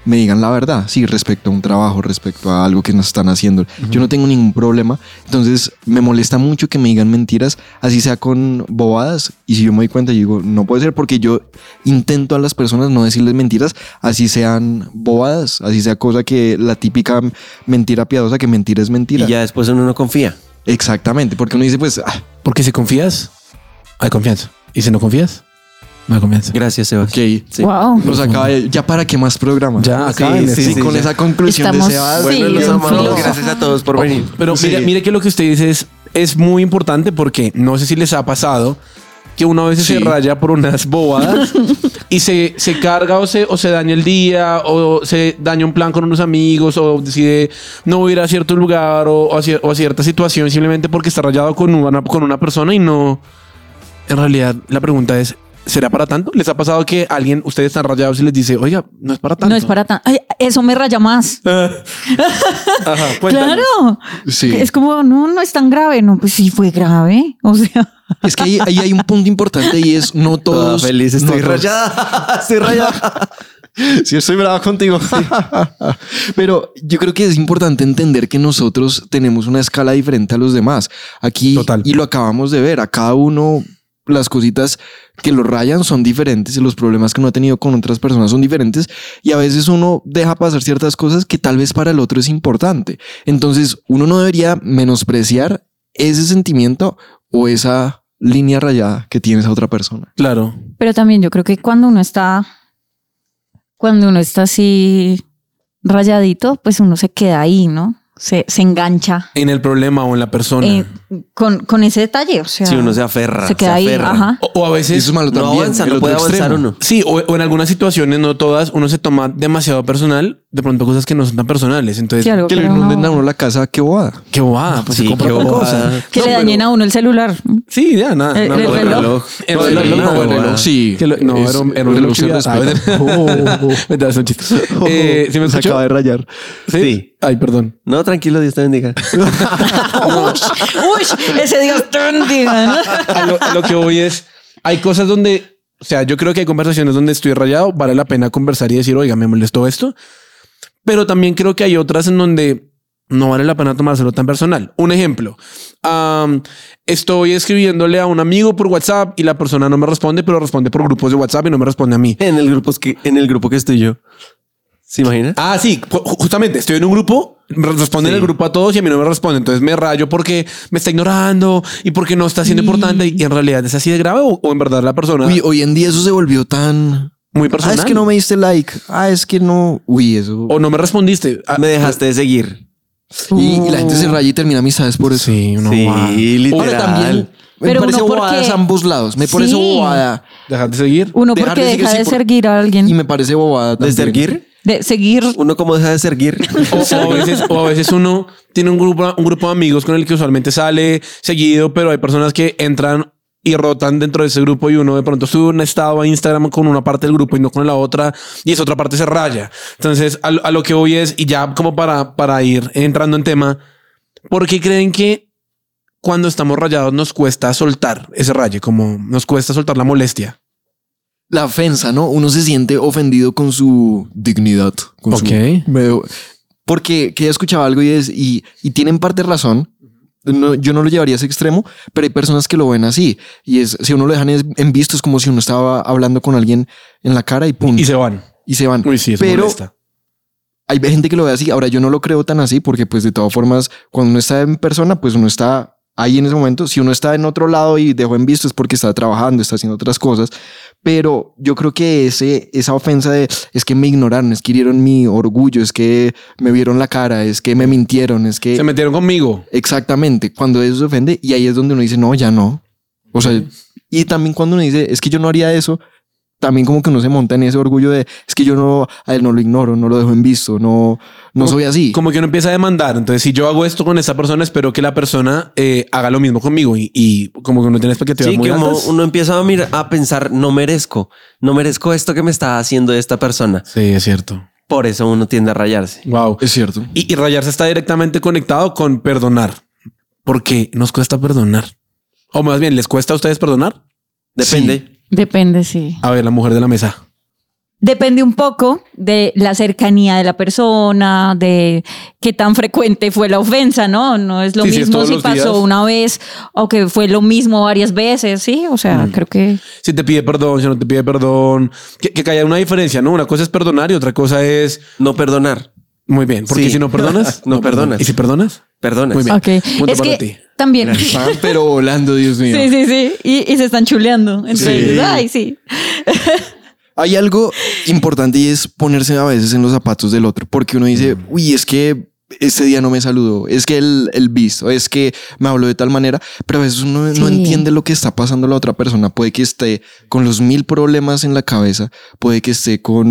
Speaker 1: me digan la verdad, sí, respecto a un trabajo, respecto a algo que nos están haciendo. Yo no tengo ningún problema. Entonces me molesta mucho que me digan mentiras, así sea con bobadas. Y si yo me doy cuenta, yo digo, no puede ser porque yo intento a las personas no decirles mentiras, así sean bobadas, así sea cosa que la típica mentira piadosa, que mentira es mentira.
Speaker 6: Y ya después uno no confía.
Speaker 1: Exactamente, porque uno dice, pues, ah,
Speaker 2: Porque si confías, hay confianza. Y si no confías, no hay confianza.
Speaker 6: Gracias, Sebas.
Speaker 1: ok.
Speaker 6: Sí.
Speaker 7: Wow.
Speaker 1: Nos acaba de- ya para qué más programa.
Speaker 2: Ya,
Speaker 1: sí,
Speaker 2: acábenle,
Speaker 1: sí,
Speaker 2: sí,
Speaker 1: sí, con
Speaker 6: ya.
Speaker 1: esa conclusión
Speaker 7: Estamos-
Speaker 1: de ah, Sebas.
Speaker 7: sí, Bueno,
Speaker 6: los
Speaker 7: es un
Speaker 6: amamos.
Speaker 7: filósofo.
Speaker 6: Gracias a todos por venir.
Speaker 2: Pero
Speaker 1: Sí.
Speaker 2: mire, mire que lo que usted dice es, es muy importante porque no sé si les ha pasado que uno a veces
Speaker 1: Sí.
Speaker 2: se raya por unas bobadas y se, se carga o se, o se daña el día o se daña un plan con unos amigos o decide no ir a cierto lugar o, o a, cier- o a cierta situación simplemente porque está rayado con una, con una persona y no... En realidad la pregunta es, ¿será para tanto? ¿Les ha pasado que alguien, ustedes están rayados y les dice, oiga, no es para tanto?
Speaker 3: No es para tanto. Eso me raya más.
Speaker 2: Ajá, cuéntanos.
Speaker 3: Claro.
Speaker 1: Sí.
Speaker 3: Es como, no, no es tan grave. No, pues sí fue grave. O sea,
Speaker 1: Es que ahí, ahí hay un punto importante y es no
Speaker 6: Todos
Speaker 1: todos.
Speaker 6: feliz, estoy
Speaker 1: no todos-
Speaker 6: rayada. estoy rayada.
Speaker 4: Sí, estoy bravo contigo.
Speaker 1: Pero yo creo que es importante entender que nosotros tenemos una escala diferente a los demás. Aquí,
Speaker 2: Total.
Speaker 1: y lo acabamos de ver, a cada uno las cositas que lo rayan son diferentes y los problemas que uno ha tenido con otras personas son diferentes y a veces uno deja pasar ciertas cosas que tal vez para el otro es importante. Entonces uno no debería menospreciar ese sentimiento o esa línea rayada que tiene esa otra persona.
Speaker 2: Claro.
Speaker 7: Pero también yo creo que cuando uno está, cuando uno está así rayadito, pues uno se queda ahí, ¿no? Se, se engancha
Speaker 2: En el problema o en la persona.
Speaker 3: eh, con, con ese detalle. O sea,
Speaker 6: Si uno se aferra.
Speaker 3: se queda ahí.
Speaker 6: aferra.
Speaker 3: Ajá.
Speaker 2: O, o a
Speaker 1: Y
Speaker 2: veces
Speaker 1: eso es malo
Speaker 6: No
Speaker 1: también.
Speaker 6: avanza,
Speaker 1: el
Speaker 6: no
Speaker 1: otro
Speaker 6: puede avanzar
Speaker 1: extremo.
Speaker 6: uno.
Speaker 2: Sí, o, o en algunas situaciones, no todas, uno se toma demasiado personal, de pronto cosas que no son tan personales. Entonces,
Speaker 7: Sí, algo
Speaker 1: Que le
Speaker 7: pero no-
Speaker 1: inunden a uno la casa, qué bobada.
Speaker 2: qué bobada, pues
Speaker 6: Sí,
Speaker 2: se compra
Speaker 6: qué
Speaker 2: otra
Speaker 6: bobada.
Speaker 2: cosa.
Speaker 7: que
Speaker 2: No,
Speaker 7: le
Speaker 2: pero-
Speaker 7: dañen a uno el celular.
Speaker 2: Sí, ya, nada.
Speaker 7: El-
Speaker 2: nada,
Speaker 7: Eh, el
Speaker 2: no,
Speaker 7: reloj.
Speaker 2: El reloj,
Speaker 6: El
Speaker 2: no,
Speaker 6: reloj,
Speaker 2: el reloj.
Speaker 6: bobada.
Speaker 1: Sí.
Speaker 2: Que lo- no,
Speaker 1: es-
Speaker 2: era un, era
Speaker 1: el
Speaker 2: un
Speaker 1: reloj
Speaker 2: reloj
Speaker 1: se
Speaker 2: chivas. Ah,
Speaker 1: respeta.
Speaker 2: me das un chiste. Eh, ¿Sí me
Speaker 4: Se acaba
Speaker 2: escuchó?
Speaker 4: de rayar.
Speaker 2: ¿Sí?
Speaker 6: Sí.
Speaker 2: Ay, perdón.
Speaker 6: No, tranquilo, Dios te bendiga.
Speaker 3: Uy, ese Dios bendiga.
Speaker 2: A lo, a lo que voy es, hay cosas donde, o sea, yo creo que hay conversaciones donde estoy rayado, vale la pena conversar y decir, oiga, me molestó esto. Pero también creo que hay otras en donde no vale la pena tomárselo tan personal. Un ejemplo, am, estoy escribiéndole a un amigo por WhatsApp y la persona no me responde, pero responde por grupos de WhatsApp y no me responde a mí.
Speaker 6: En el grupo que, en el grupo que estoy yo. ¿Se imagina?
Speaker 2: Ah, sí, ju- ju- justamente estoy en un grupo, me responden
Speaker 6: Sí.
Speaker 2: el grupo a todos y a mí no me responde. Entonces me rayo porque me está ignorando y porque no está siendo importante. Y en realidad es así de grave o, o en verdad la persona
Speaker 1: Uy, hoy en día eso se volvió tan. Ah,
Speaker 2: muy Ah. personal.
Speaker 1: es que no me diste like. Ah, es que no. Uy, eso.
Speaker 2: O no me respondiste. Ah,
Speaker 6: Me dejaste de seguir.
Speaker 1: Y, y la gente se raya y termina amistades por eso.
Speaker 2: Sí, no.
Speaker 6: sí,
Speaker 2: va.
Speaker 6: literal.
Speaker 1: Ahora también. Me
Speaker 7: Pero
Speaker 1: parece
Speaker 7: uno porque-
Speaker 1: bobadas ambos lados. Me parece
Speaker 7: Sí.
Speaker 1: bobada.
Speaker 2: Dejaste seguir.
Speaker 7: Uno
Speaker 1: Dejar
Speaker 7: porque
Speaker 1: de seguir
Speaker 7: deja
Speaker 1: así
Speaker 7: de
Speaker 1: por-
Speaker 7: seguir a
Speaker 1: Y
Speaker 7: alguien,
Speaker 1: me parece bobada
Speaker 6: ¿De
Speaker 1: también.
Speaker 6: seguir?
Speaker 7: de seguir.
Speaker 6: Uno como deja de seguir.
Speaker 2: O, o a veces, o a veces uno tiene un grupo, un grupo de amigos con el que usualmente sale seguido, pero hay personas que entran y rotan dentro de ese grupo y uno de pronto sube un estado a Instagram con una parte del grupo y no con la otra y esa otra parte se raya. Entonces a, lo- a lo que voy es, y ya como para, para ir entrando en tema, ¿por qué creen que cuando estamos rayados nos cuesta soltar ese raye? Como nos cuesta soltar la molestia.
Speaker 1: La ofensa, ¿no? Uno se siente ofendido con su dignidad. Con su-
Speaker 2: Ok.
Speaker 1: Me- porque que he escuchado algo y, es, y, y tienen parte razón. No, yo no lo llevaría a ese extremo, pero hay personas que lo ven así. Y es, si uno lo dejan en en visto, es como si uno estaba hablando con alguien en la cara y pum.
Speaker 2: Y se van.
Speaker 1: y se van.
Speaker 2: Uy, sí, eso
Speaker 1: Pero-
Speaker 2: molesta.
Speaker 1: hay gente que lo ve así. Ahora yo no lo creo tan así porque pues de todas formas cuando uno está en persona pues uno está ahí en ese momento. Si uno está en otro lado y dejó en visto es porque está trabajando, está haciendo otras cosas. Pero yo creo que ese, esa ofensa de es que me ignoraron, es que hirieron mi orgullo, es que me vieron la cara, es que me mintieron, es que...
Speaker 2: Se metieron conmigo.
Speaker 1: Exactamente, cuando eso se ofende y ahí es donde uno dice, no, ya no. O sea, y también cuando uno dice, es que yo no haría eso, también como que uno se monta en ese orgullo de, es que yo no, a él no lo ignoro, no lo dejo en visto, no, no soy así.
Speaker 2: como que uno empieza a demandar. Entonces, si yo hago esto con esa persona, espero que la persona eh, haga lo mismo conmigo y, y como que uno tiene expectativas
Speaker 6: Sí,
Speaker 2: muy
Speaker 6: que uno,
Speaker 2: altas.
Speaker 6: uno empieza a, mirar, a pensar, no merezco, no merezco esto que me está haciendo esta persona.
Speaker 2: Sí, es cierto.
Speaker 6: Por eso uno tiende a rayarse.
Speaker 2: Wow.
Speaker 1: Es cierto.
Speaker 2: Y, y rayarse está directamente conectado con perdonar. Porque nos cuesta perdonar. O más bien, ¿les cuesta a ustedes perdonar?
Speaker 6: Depende.
Speaker 7: Depende, sí.
Speaker 2: A ver, la mujer de la mesa.
Speaker 3: Depende un poco de la cercanía de la persona, de qué tan frecuente fue la ofensa, ¿no? No es lo
Speaker 2: Sí, sí, es
Speaker 3: mismo
Speaker 2: todos
Speaker 3: si
Speaker 2: los
Speaker 3: pasó
Speaker 2: días.
Speaker 3: una vez o que fue lo mismo varias veces, ¿sí? O
Speaker 2: Mm.
Speaker 3: sea, creo que...
Speaker 2: Si te pide perdón, si no te pide perdón. Que, que haya una diferencia, ¿no? Una cosa es perdonar y otra cosa es...
Speaker 6: No perdonar.
Speaker 2: Muy bien, porque
Speaker 6: Sí.
Speaker 2: si no perdonas...
Speaker 6: No perdonas.
Speaker 2: ¿Y si perdonas?
Speaker 6: Perdonas.
Speaker 2: Muy bien.
Speaker 7: Ok.
Speaker 2: Punto
Speaker 7: es
Speaker 2: para
Speaker 7: que
Speaker 2: ti.
Speaker 7: también.
Speaker 1: Están pero volando, Dios mío.
Speaker 3: Sí, sí, sí. Y, y se están chuleando. entre
Speaker 1: Sí.
Speaker 3: ellos. Ay, sí.
Speaker 1: Hay algo importante y es ponerse a veces en los zapatos del otro, porque uno dice, uy, es que este día no me saludó, es que el, el visto, es que me habló de tal manera, pero a veces uno no
Speaker 7: Sí.
Speaker 1: entiende lo que está pasando la otra persona. Puede que esté con los mil problemas en la cabeza, puede que esté con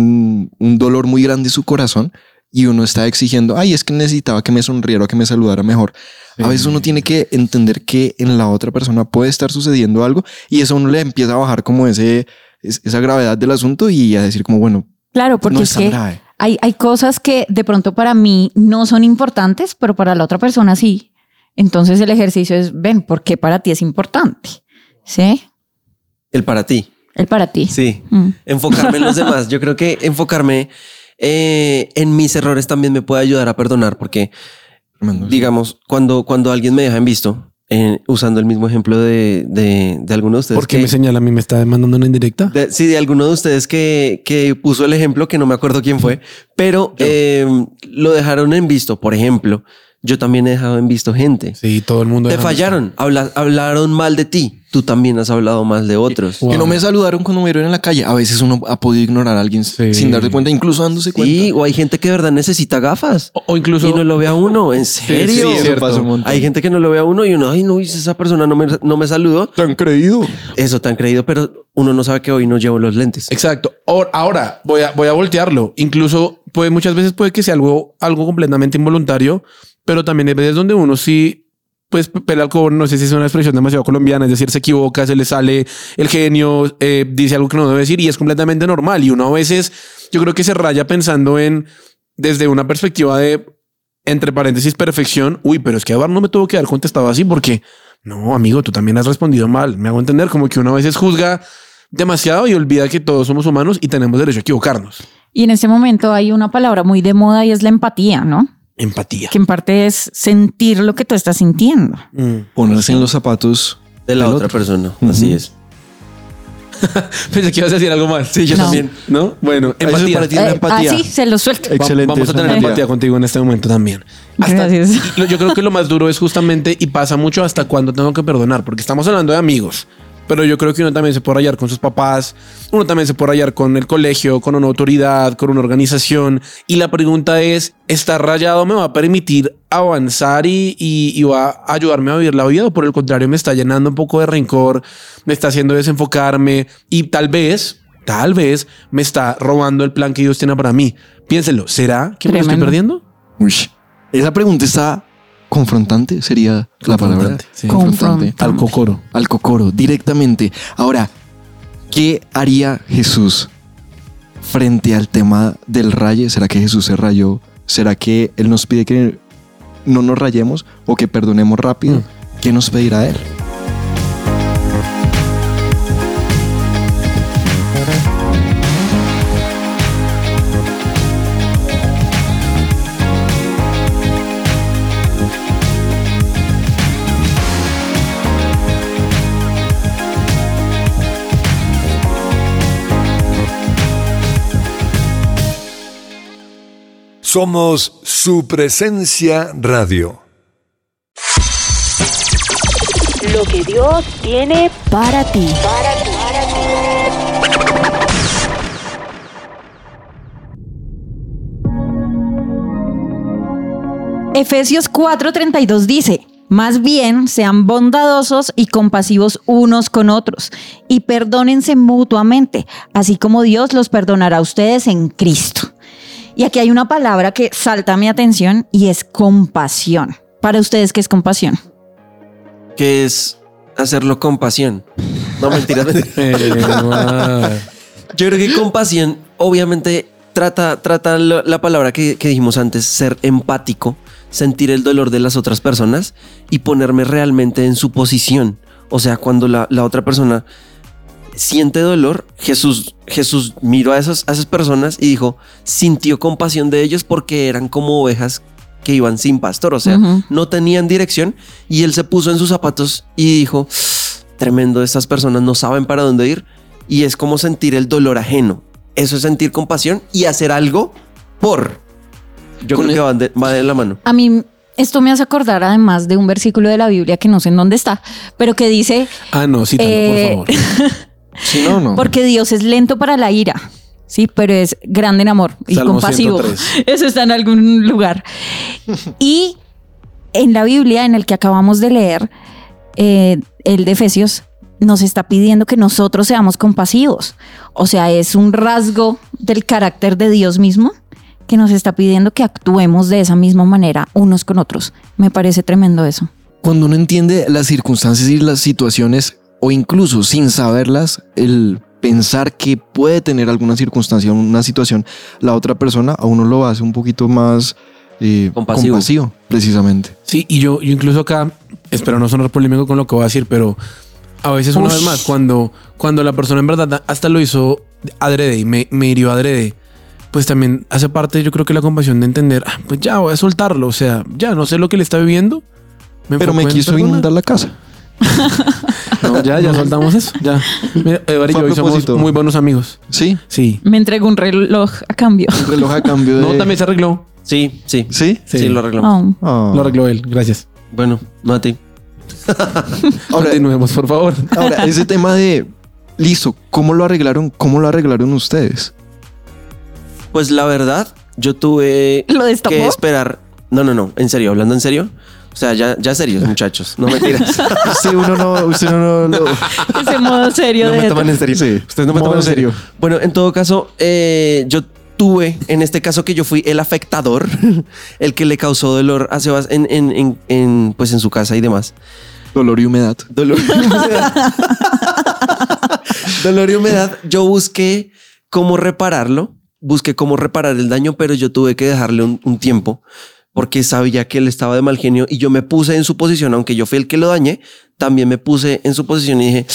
Speaker 1: un dolor muy grande en su corazón y uno está exigiendo, ay, es que necesitaba que me sonriera, o que me saludara mejor. A veces uno tiene que entender que en la otra persona puede estar sucediendo algo y eso a uno le empieza a bajar como ese, es- esa gravedad del asunto y a decir como, bueno,
Speaker 7: Claro, porque
Speaker 1: no es
Speaker 7: es
Speaker 1: tan
Speaker 7: que
Speaker 1: grave.
Speaker 7: hay, hay cosas que de pronto para mí no son importantes, pero para la otra persona sí. Entonces el ejercicio es, ven, ¿por qué para ti es importante? ¿Sí?
Speaker 6: El para ti.
Speaker 7: El para ti.
Speaker 6: Sí.
Speaker 7: Mm.
Speaker 6: Enfocarme en los demás. Yo creo que enfocarme eh, en mis errores también me puede ayudar a perdonar porque
Speaker 1: Tremendo.
Speaker 6: digamos, cuando, cuando alguien me deja en visto, eh, usando el mismo ejemplo de, de, de alguno de ustedes.
Speaker 2: ¿Por qué
Speaker 6: Este,
Speaker 2: me
Speaker 6: que-
Speaker 2: señala a mí? ¿Me está demandando una indirecta?
Speaker 6: de- sí, de alguno de ustedes que, que puso el ejemplo, que no me acuerdo quién fue, pero eh, lo dejaron en visto, por ejemplo. Yo también he dejado en visto gente.
Speaker 2: Sí, todo el mundo...
Speaker 6: Te
Speaker 2: deja-
Speaker 6: fallaron, habla- hablaron mal de ti. Tú también has hablado mal de otros.
Speaker 2: Wow.
Speaker 1: Que no me saludaron cuando me vieron en la calle. A veces uno ha podido ignorar a alguien
Speaker 2: Sí.
Speaker 1: sin darse cuenta, incluso dándose cuenta.
Speaker 6: Sí, o hay gente que de verdad necesita gafas.
Speaker 2: O, o incluso...
Speaker 6: Y no lo ve a uno, en serio.
Speaker 1: sí, eso
Speaker 6: Cierto.
Speaker 1: pasa un montón.
Speaker 6: Hay gente que no lo ve a uno y uno, ay, no, esa persona no me, no me saludó.
Speaker 1: ¿Te han creído?
Speaker 6: Eso tan creído, pero uno no sabe que hoy no llevo los lentes.
Speaker 2: Exacto. Ahora, ahora voy, a, voy a voltearlo. Incluso puede, muchas veces puede que sea algo, algo completamente involuntario, pero también hay veces donde uno sí, pues pela al cobre. No sé si es una expresión demasiado colombiana, es decir, se equivoca, se le sale el genio, eh, dice algo que no debe decir y es completamente normal. Y uno a veces, yo creo que se raya pensando en desde una perspectiva de entre paréntesis perfección. Uy, pero es que Eduardo no me tuvo que haber contestado así porque no, amigo, tú también has respondido mal. Me hago entender como que uno a veces juzga demasiado y olvida que todos somos humanos y tenemos derecho a equivocarnos.
Speaker 7: Y en este momento hay una palabra muy de moda y es la empatía, ¿no?
Speaker 2: Empatía.
Speaker 7: Que en parte es sentir lo que tú estás sintiendo.
Speaker 1: Ponerse en los zapatos.
Speaker 6: De la
Speaker 1: Del
Speaker 6: otra
Speaker 1: otro.
Speaker 6: persona. Así es.
Speaker 2: Pensé que ibas a decir algo más. Sí,
Speaker 7: yo No. también.
Speaker 2: ¿No? Bueno,
Speaker 1: Eso es
Speaker 2: empatía.
Speaker 1: para ti. Tiene empatía.
Speaker 7: Así Eh, ah, se lo suelto.
Speaker 4: Ex- Excelente,
Speaker 2: Vamos a
Speaker 4: esa
Speaker 2: tener
Speaker 4: empatía.
Speaker 2: empatía contigo en este momento también.
Speaker 7: Gracias.
Speaker 2: y lo- Yo creo que lo más duro es justamente y pasa mucho hasta cuando tengo que perdonar, porque estamos hablando de amigos. Pero yo creo que uno también se puede rayar con sus papás, uno también se puede rayar con el colegio, con una autoridad, con una organización. Y la pregunta es, ¿estar rayado me va a permitir avanzar y, y- y va a ayudarme a vivir la vida? ¿O por el contrario me está llenando un poco de rencor, me está haciendo desenfocarme y tal vez, tal vez me está robando el plan que Dios tiene para mí? Piénselo, ¿será que me lo estoy
Speaker 7: Tremendo.
Speaker 2: perdiendo?
Speaker 1: Uy. Esa pregunta está confrontante, sería la palabra.
Speaker 2: Confrontante, sí.
Speaker 7: Confrontante.
Speaker 2: Al cocoro.
Speaker 1: al cocoro directamente. Ahora, ¿qué haría Jesús frente al tema del raye? ¿Será que Jesús se rayó? ¿Será que Él nos pide que no nos rayemos o que perdonemos rápido? ¿Qué nos pedirá Él?
Speaker 9: Somos su presencia radio.
Speaker 10: Lo que Dios tiene para ti. Para ti.
Speaker 3: Efesios 4:32 dice, más bien sean bondadosos y compasivos unos con otros y perdónense mutuamente, así como Dios los perdonará a ustedes en Cristo. Y aquí hay una palabra que salta a mi atención y es compasión. Para ustedes, ¿qué es compasión?
Speaker 6: Que es hacerlo con pasión. No mentiras.
Speaker 2: Eh, guau.
Speaker 6: Yo creo que compasión, obviamente, trata, trata lo- la palabra que, que dijimos antes, ser empático, sentir el dolor de las otras personas y ponerme realmente en su posición. O sea, cuando la, la otra persona siente dolor, Jesús, Jesús miró a esas, a esas personas y dijo, sintió compasión de ellos porque eran como ovejas que iban sin pastor, o sea,
Speaker 3: Ujú.
Speaker 6: no tenían dirección y él se puso en sus zapatos y dijo, tremendo, estas personas no saben para dónde ir y es como sentir el dolor ajeno. Eso es sentir compasión y hacer algo por. Yo creo que van de- va de la mano.
Speaker 3: A mí esto me hace acordar además de un versículo de la Biblia que no sé en dónde está, pero que dice,
Speaker 2: Ah, no, cítalo,
Speaker 3: Eh,
Speaker 2: por favor.
Speaker 1: Si no, no.
Speaker 3: porque Dios es lento para la ira. Sí, pero es grande en amor y
Speaker 2: Salmo
Speaker 3: compasivo.
Speaker 2: 103.
Speaker 3: Eso está en algún lugar. Y en la Biblia, en el que acabamos de leer, eh, el de Efesios nos está pidiendo que nosotros seamos compasivos. O sea, es un rasgo del carácter de Dios mismo que nos está pidiendo que actuemos de esa misma manera unos con otros. Me parece tremendo eso.
Speaker 1: Cuando uno entiende las circunstancias y las situaciones, o incluso sin saberlas, el pensar que puede tener alguna circunstancia, una situación, la otra persona a uno lo hace un poquito más eh,
Speaker 6: Compasivo.
Speaker 1: compasivo, precisamente.
Speaker 2: Sí, y yo, yo incluso acá, espero no sonar polémico con lo que voy a decir, pero a veces una
Speaker 6: Ush.
Speaker 2: vez más, cuando, cuando la persona en verdad hasta lo hizo adrede y me, me hirió adrede, pues también hace parte yo creo que la compasión de entender, "Ah, pues ya voy a soltarlo, o sea, ya no sé lo que le está viviendo.
Speaker 1: Pero
Speaker 2: enfoco
Speaker 1: me
Speaker 2: en
Speaker 1: quiso
Speaker 2: perdonar".
Speaker 1: inundar la casa.
Speaker 2: No, ya, ya soltamos eso, ya. Mira, Eduardo y
Speaker 1: Fue a
Speaker 2: yo hoy somos
Speaker 1: propósito.
Speaker 2: muy buenos amigos.
Speaker 1: Sí,
Speaker 2: Sí.
Speaker 3: Me entregó un reloj a cambio.
Speaker 1: un reloj a cambio de...
Speaker 2: No, también se arregló.
Speaker 6: Sí, sí. Sí,
Speaker 1: ¿Sí?
Speaker 2: Sí.
Speaker 6: lo arreglamos.
Speaker 3: Oh.
Speaker 1: Ah.
Speaker 2: Lo arregló él, gracias.
Speaker 6: Bueno, Mati.
Speaker 1: Ahora-
Speaker 2: Continuemos, por favor.
Speaker 1: Ahora, ese tema de, listo, ¿cómo lo arreglaron? ¿Cómo lo arreglaron ustedes?
Speaker 6: Pues la verdad, yo tuve
Speaker 3: ¿Lo destapó?
Speaker 6: que esperar. No, no, no. En serio, hablando en serio. O sea, ya, ya serios, muchachos. No me tiras.
Speaker 1: Usted uno no, usted uno no lo...
Speaker 3: Ese modo serio de...
Speaker 6: en serio.
Speaker 1: Sí.
Speaker 6: Ustedes no me
Speaker 1: Modo
Speaker 6: toman en serio.
Speaker 1: serio.
Speaker 6: Bueno, en todo caso, eh, yo tuve, en este caso que yo fui el afectador, el que le causó dolor a Sebas en, en- en- en, pues en su casa y demás.
Speaker 1: Dolor y humedad.
Speaker 6: Dolor y humedad. Dolor y humedad. Yo busqué cómo repararlo, busqué cómo reparar el daño, pero yo tuve que dejarle un, un tiempo porque sabía que él estaba de mal genio y yo me puse en su posición, aunque yo fui el que lo dañé, también me puse en su posición y dije,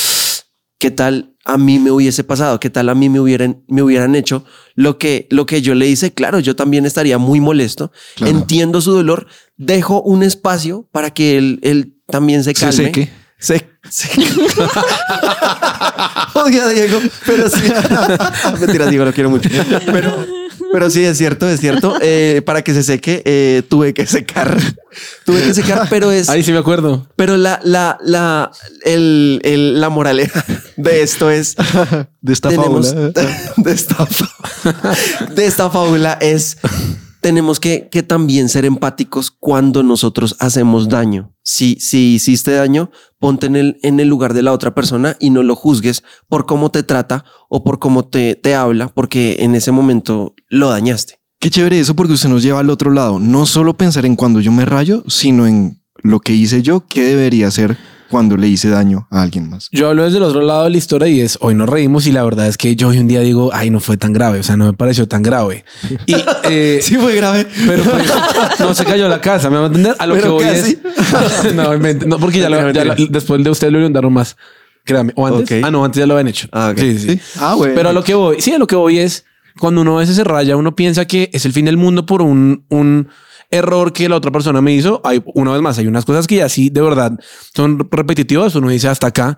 Speaker 6: ¿qué tal a mí me hubiese pasado? ¿Qué tal a mí me hubieran, me hubieran hecho lo que, lo que yo le hice? Claro, yo también estaría muy molesto.
Speaker 1: Claro.
Speaker 6: Entiendo su dolor. Dejo un espacio para que él, él también se
Speaker 1: Se
Speaker 6: calme.
Speaker 1: seque.
Speaker 6: Se, se- Odio a Diego, pero sí. Mentira, Diego, lo quiero mucho. Pero, pero sí, es cierto, es cierto. Eh, para que se seque, eh, tuve que secar. Tuve que secar, pero es.
Speaker 2: Ahí sí me acuerdo.
Speaker 6: Pero la, la, la, el, el- la moraleja de esto es.
Speaker 1: De esta
Speaker 6: tenemos-
Speaker 1: fábula. ¿eh?
Speaker 6: De esta, fa- de esta fábula es. Tenemos que, que también ser empáticos cuando nosotros hacemos daño. Si, si hiciste daño, ponte en el, en el lugar de la otra persona y no lo juzgues por cómo te trata o por cómo te, te habla, porque en ese momento lo dañaste.
Speaker 1: Qué chévere eso porque usted nos lleva al otro lado. No solo pensar en cuando yo me rayo, sino en lo que hice yo, qué debería hacer cuando le hice daño a alguien más.
Speaker 2: Yo hablo desde el otro lado de la historia y es hoy nos reímos y la verdad es que yo hoy un día digo, ay, no fue tan grave, o sea, no me pareció tan grave. Y eh,
Speaker 6: fue grave.
Speaker 2: pero pues, no se cayó la casa, me van a entender a lo
Speaker 6: Pero
Speaker 2: que voy
Speaker 6: casi.
Speaker 2: es no, invente- no, porque ya, lo- ya lo- después de usted lo inundaron más. Créame, o antes.
Speaker 6: Ok.
Speaker 2: Ah, no, antes ya lo habían hecho.
Speaker 6: Ah, ok.
Speaker 2: Sí, sí, sí.
Speaker 1: Ah, bueno.
Speaker 2: Pero a lo que voy, sí, a lo que voy es cuando uno a veces se raya, uno piensa que es el fin del mundo por un, un error que la otra persona me hizo. Hay una vez más, hay unas cosas que ya sí de verdad son repetitivas. Uno dice hasta acá,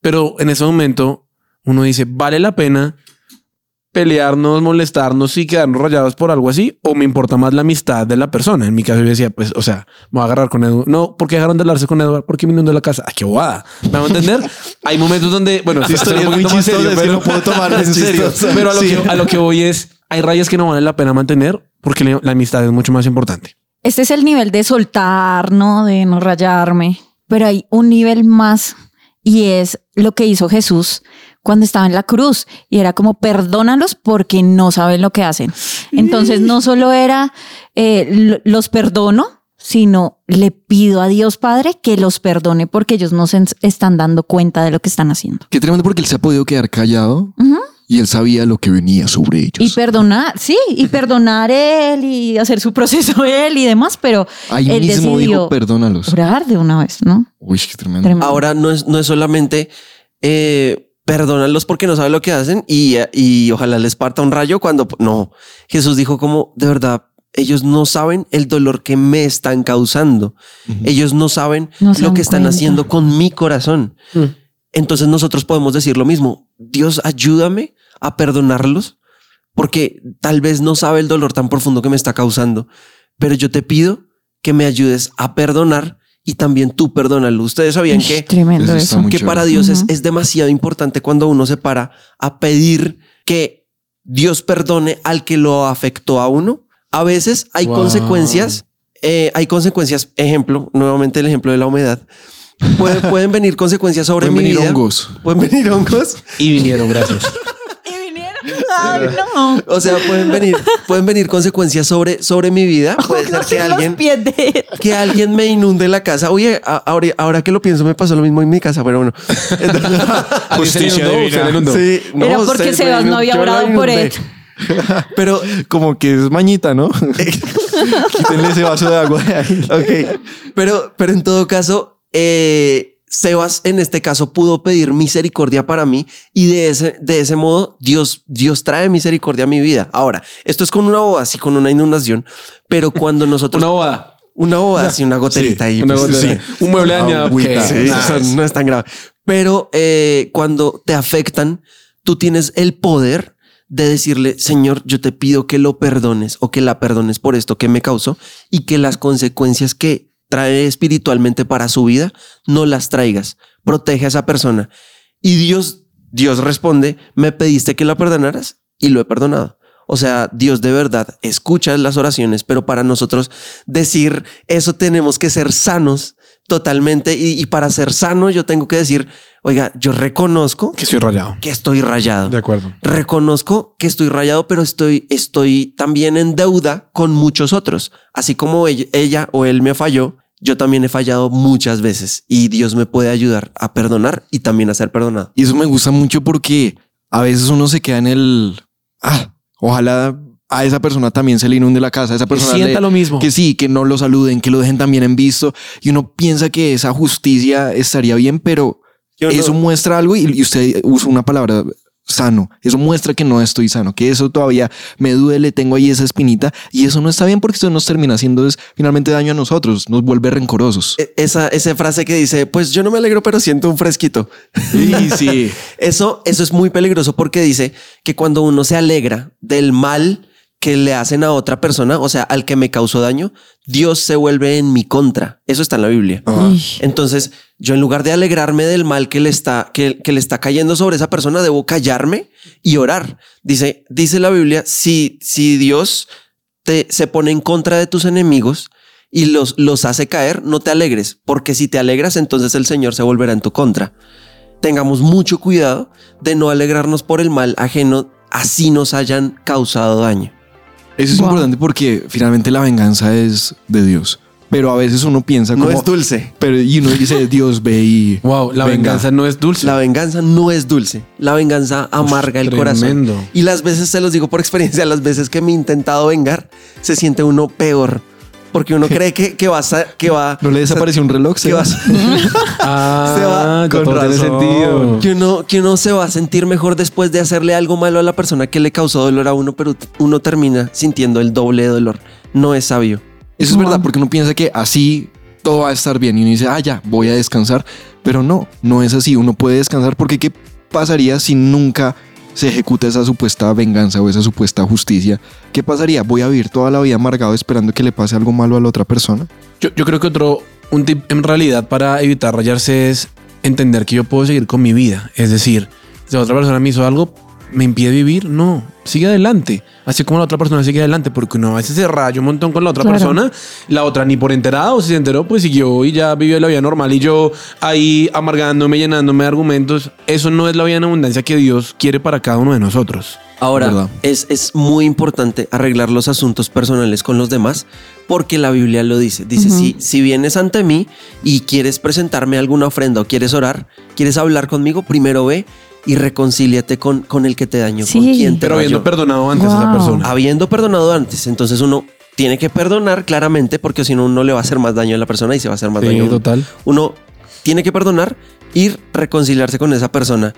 Speaker 2: pero en ese momento uno dice vale la pena pelearnos, molestarnos y quedarnos rayados por algo así, o me importa más la amistad de la persona. En mi caso, yo decía, pues, o sea, me voy a agarrar con Eduardo. No, ¿por qué dejaron de hablarse con Eduardo? ¿Por qué me inundó la casa? Ah, qué bobada. ¿Me van a entender? Hay momentos donde, bueno,
Speaker 1: Esta historia
Speaker 2: será un
Speaker 1: es Ah, muy
Speaker 2: poquito más
Speaker 1: chistosa, es
Speaker 2: serio,
Speaker 1: que no puedo tomarla en
Speaker 2: Es
Speaker 1: serio.
Speaker 2: chistosa. Pero a lo,
Speaker 1: Sí.
Speaker 2: que, a lo que voy es, hay rayas que no vale la pena mantener porque la, la amistad es mucho más importante.
Speaker 3: Este es el nivel de soltar, ¿no? De no rayarme. Pero hay un nivel más y es lo que hizo Jesús cuando estaba en la cruz y era como perdónalos porque no saben lo que hacen. Entonces no solo era eh, lo- los perdono, sino le pido a Dios Padre que los perdone porque ellos no se en- están dando cuenta de lo que están haciendo.
Speaker 1: Qué tremendo porque él se ha podido quedar callado
Speaker 3: Ujú.
Speaker 1: y él sabía lo que venía sobre ellos.
Speaker 3: Y perdonar, sí, y perdonar él y hacer su proceso él y demás, pero
Speaker 1: Ahí
Speaker 3: él
Speaker 1: mismo dijo,
Speaker 3: decidió
Speaker 1: perdónalos.
Speaker 3: orar de una vez, ¿no?
Speaker 1: Uy, qué tremendo.
Speaker 3: Tremendo.
Speaker 6: Ahora no es, no es solamente eh, perdónalos porque no saben lo que hacen y, y ojalá les parta un rayo cuando no. Jesús dijo como de verdad. Ellos no saben el dolor que me están causando. Ellos no saben
Speaker 3: No se
Speaker 6: lo
Speaker 3: dan
Speaker 6: que están
Speaker 3: cuenta.
Speaker 6: haciendo con mi corazón. Entonces nosotros podemos decir lo mismo. Dios, ayúdame a perdonarlos porque tal vez no sabe el dolor tan profundo que me está causando. Pero yo te pido que me ayudes a perdonar y también tú perdónalo. Ustedes sabían
Speaker 3: Ush,
Speaker 6: que
Speaker 3: Tremendo
Speaker 1: Eso
Speaker 3: eso.
Speaker 1: está muy
Speaker 6: que
Speaker 1: chévere.
Speaker 6: para Dios es, es demasiado importante cuando uno se para a pedir que Dios perdone al que lo afectó a uno. A veces hay
Speaker 2: Wow.
Speaker 6: consecuencias, eh, hay consecuencias, ejemplo, nuevamente el ejemplo de la humedad. Pueden, pueden venir consecuencias sobre
Speaker 1: Pueden
Speaker 6: mi
Speaker 1: venir
Speaker 6: vida.
Speaker 1: hongos.
Speaker 6: Pueden venir hongos.
Speaker 2: Y vinieron, gracias.
Speaker 3: Ay, no.
Speaker 6: O sea, pueden venir, pueden venir consecuencias sobre, sobre mi vida. Puede ser que alguien,
Speaker 3: Los pies de-
Speaker 6: que alguien me inunde la casa. Oye, a- ahora, ahora que lo pienso, me pasó lo mismo en mi casa, pero bueno. Entonces-
Speaker 2: Justicia divina.
Speaker 4: Sí,
Speaker 3: Era porque
Speaker 4: usted,
Speaker 3: Sebas
Speaker 4: bueno,
Speaker 3: no había
Speaker 4: yo la
Speaker 3: orado por
Speaker 4: inundé.
Speaker 3: él.
Speaker 6: Pero
Speaker 4: Como que es mañita, ¿no? Quítenle ese vaso de agua de ahí. Ok.
Speaker 6: Pero, pero en todo caso, eh, Sebas en este caso pudo pedir misericordia para mí y de ese, de ese modo Dios, Dios trae misericordia a mi vida. Ahora, esto es con una boda, sí, con una inundación, pero cuando nosotros...
Speaker 2: Una boda.
Speaker 6: una boda, sí, una goterita ahí.
Speaker 2: Una
Speaker 6: pues,
Speaker 2: gota-
Speaker 6: sí.
Speaker 2: Un mueble dañado.
Speaker 4: Agüita.
Speaker 2: Sí.
Speaker 6: Sí, o sea, no es tan grave. Pero eh, cuando te afectan, tú tienes el poder de decirle, Señor, yo te pido que lo perdones o que la perdones por esto que me causó y que las consecuencias que trae espiritualmente para su vida no las traigas. Protege a esa persona. Y Dios, Dios responde, me pediste que la perdonaras y lo he perdonado. O sea, Dios de verdad escucha las oraciones, pero para nosotros decir eso tenemos que ser sanos totalmente. Y, y para ser sano yo tengo que decir, oiga, yo reconozco
Speaker 2: Que soy rayado.
Speaker 6: que estoy rayado.
Speaker 4: De acuerdo.
Speaker 6: Reconozco que estoy rayado, pero estoy, estoy también en deuda con muchos otros. Así como ella, ella o él me falló, yo también he fallado muchas veces y Dios me puede ayudar a perdonar y también a ser perdonado.
Speaker 1: Y eso me gusta mucho porque a veces uno se queda en el. Ah, ojalá a esa persona también se le inunde la casa, a esa persona le-
Speaker 2: mismo.
Speaker 1: que sí, que no lo saluden, que lo dejen también en visto. Y uno piensa que esa justicia estaría bien, pero eso muestra algo y, y usted usa una palabra sano. Eso muestra que no estoy sano, que eso todavía me duele, tengo ahí esa espinita y eso no está bien porque eso nos termina haciendo es, finalmente daño a nosotros, nos vuelve rencorosos.
Speaker 6: E- Esa, esa frase que dice, pues yo no me alegro, pero siento un fresquito.
Speaker 1: Sí, sí.
Speaker 6: Eso, eso es muy peligroso porque dice que cuando uno se alegra del mal que le hacen a otra persona, o sea, al que me causó daño, Dios se vuelve en mi contra. Eso está en la Biblia. Entonces, yo en lugar de alegrarme del mal que le está, que, que le está cayendo sobre esa persona, debo callarme y orar. Dice, dice la Biblia, si, si Dios te, se pone en contra de tus enemigos y los, los hace caer, no te alegres, porque si te alegras, entonces el Señor se volverá en tu contra. Tengamos mucho cuidado de no alegrarnos por el mal ajeno, así nos hayan causado daño.
Speaker 1: Eso es
Speaker 3: Wow.
Speaker 1: importante porque finalmente la venganza es de Dios. Pero a veces uno piensa como...
Speaker 6: No es dulce.
Speaker 1: pero y uno dice, Dios ve y...
Speaker 2: Wow, la
Speaker 1: venga".
Speaker 2: venganza no es dulce.
Speaker 6: La venganza no es dulce, la venganza amarga el
Speaker 2: tremendo.
Speaker 6: corazón. Y las veces, se los digo por experiencia, las veces que me he intentado vengar, se siente uno peor. Porque uno cree que, que, vas a- que va...
Speaker 1: ¿No le desapareció un reloj?
Speaker 6: que
Speaker 1: Sebas?
Speaker 6: vas-
Speaker 2: Ah,
Speaker 6: Se va-
Speaker 2: ya
Speaker 6: con
Speaker 2: todo tiene
Speaker 6: razón.
Speaker 2: sentido.
Speaker 6: que, uno, que uno se va a sentir mejor después de hacerle algo malo a la persona que le causó dolor a uno, pero uno termina sintiendo el doble de dolor. No es sabio.
Speaker 1: Eso es verdad, porque uno piensa que así todo va a estar bien y uno dice, ah, ya, voy a descansar. Pero no, no es así. Uno puede descansar porque ¿qué pasaría si nunca se ejecuta esa supuesta venganza o esa supuesta justicia? ¿Qué pasaría? ¿Voy a vivir toda la vida amargado esperando que le pase algo malo a la otra persona?
Speaker 2: Yo, yo creo que otro, un tip en realidad para evitar rayarse es entender que yo puedo seguir con mi vida. Es decir, si la otra persona me hizo algo, me impide vivir, no, sigue adelante. Así como la otra persona sigue adelante, porque uno a veces se raya un montón con la otra
Speaker 3: Claro.
Speaker 2: persona, la otra ni por enterada o si se enteró, pues siguió y ya vivió la vida normal y yo ahí amargándome, llenándome de argumentos. Eso no es la vida en abundancia que Dios quiere para cada uno de nosotros.
Speaker 6: Ahora,
Speaker 1: ¿Verdad?
Speaker 6: es, es muy importante arreglar los asuntos personales con los demás porque la Biblia lo dice. Dice, si, si vienes ante mí y quieres presentarme alguna ofrenda o quieres orar, quieres hablar conmigo, primero ve y reconcíliate con, con el que te dañó,
Speaker 7: Sí.
Speaker 6: con quien te
Speaker 2: Pero Ah, habiendo
Speaker 6: rayó.
Speaker 2: perdonado antes a esa
Speaker 7: Wow.
Speaker 2: persona.
Speaker 6: Habiendo perdonado antes, entonces uno tiene que perdonar claramente porque si no, uno le va a hacer más daño a la persona y se va a hacer más
Speaker 2: Sí,
Speaker 6: daño. a uno.
Speaker 2: total.
Speaker 6: Uno tiene que perdonar, ir reconciliarse con esa persona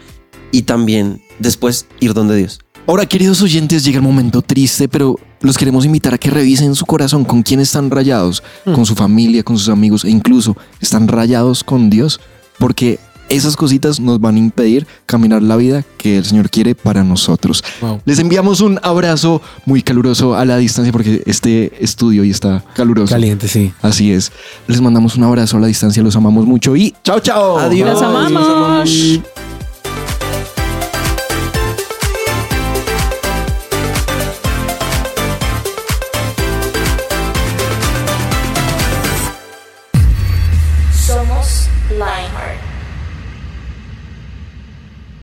Speaker 6: y también después ir donde Dios.
Speaker 1: Ahora, queridos oyentes, llega el momento triste, pero los queremos invitar a que revisen su corazón con quién están rayados, con su familia, con sus amigos e incluso están rayados con Dios, porque esas cositas nos van a impedir caminar la vida que el Señor quiere para nosotros.
Speaker 2: Wow.
Speaker 1: Les enviamos un abrazo muy caluroso a la distancia porque este estudio hoy está caluroso.
Speaker 2: Caliente, sí.
Speaker 1: Así es. Les mandamos un abrazo a la distancia, los amamos mucho y chao, chao.
Speaker 6: Adiós.
Speaker 7: Los amamos.
Speaker 6: Los amamos.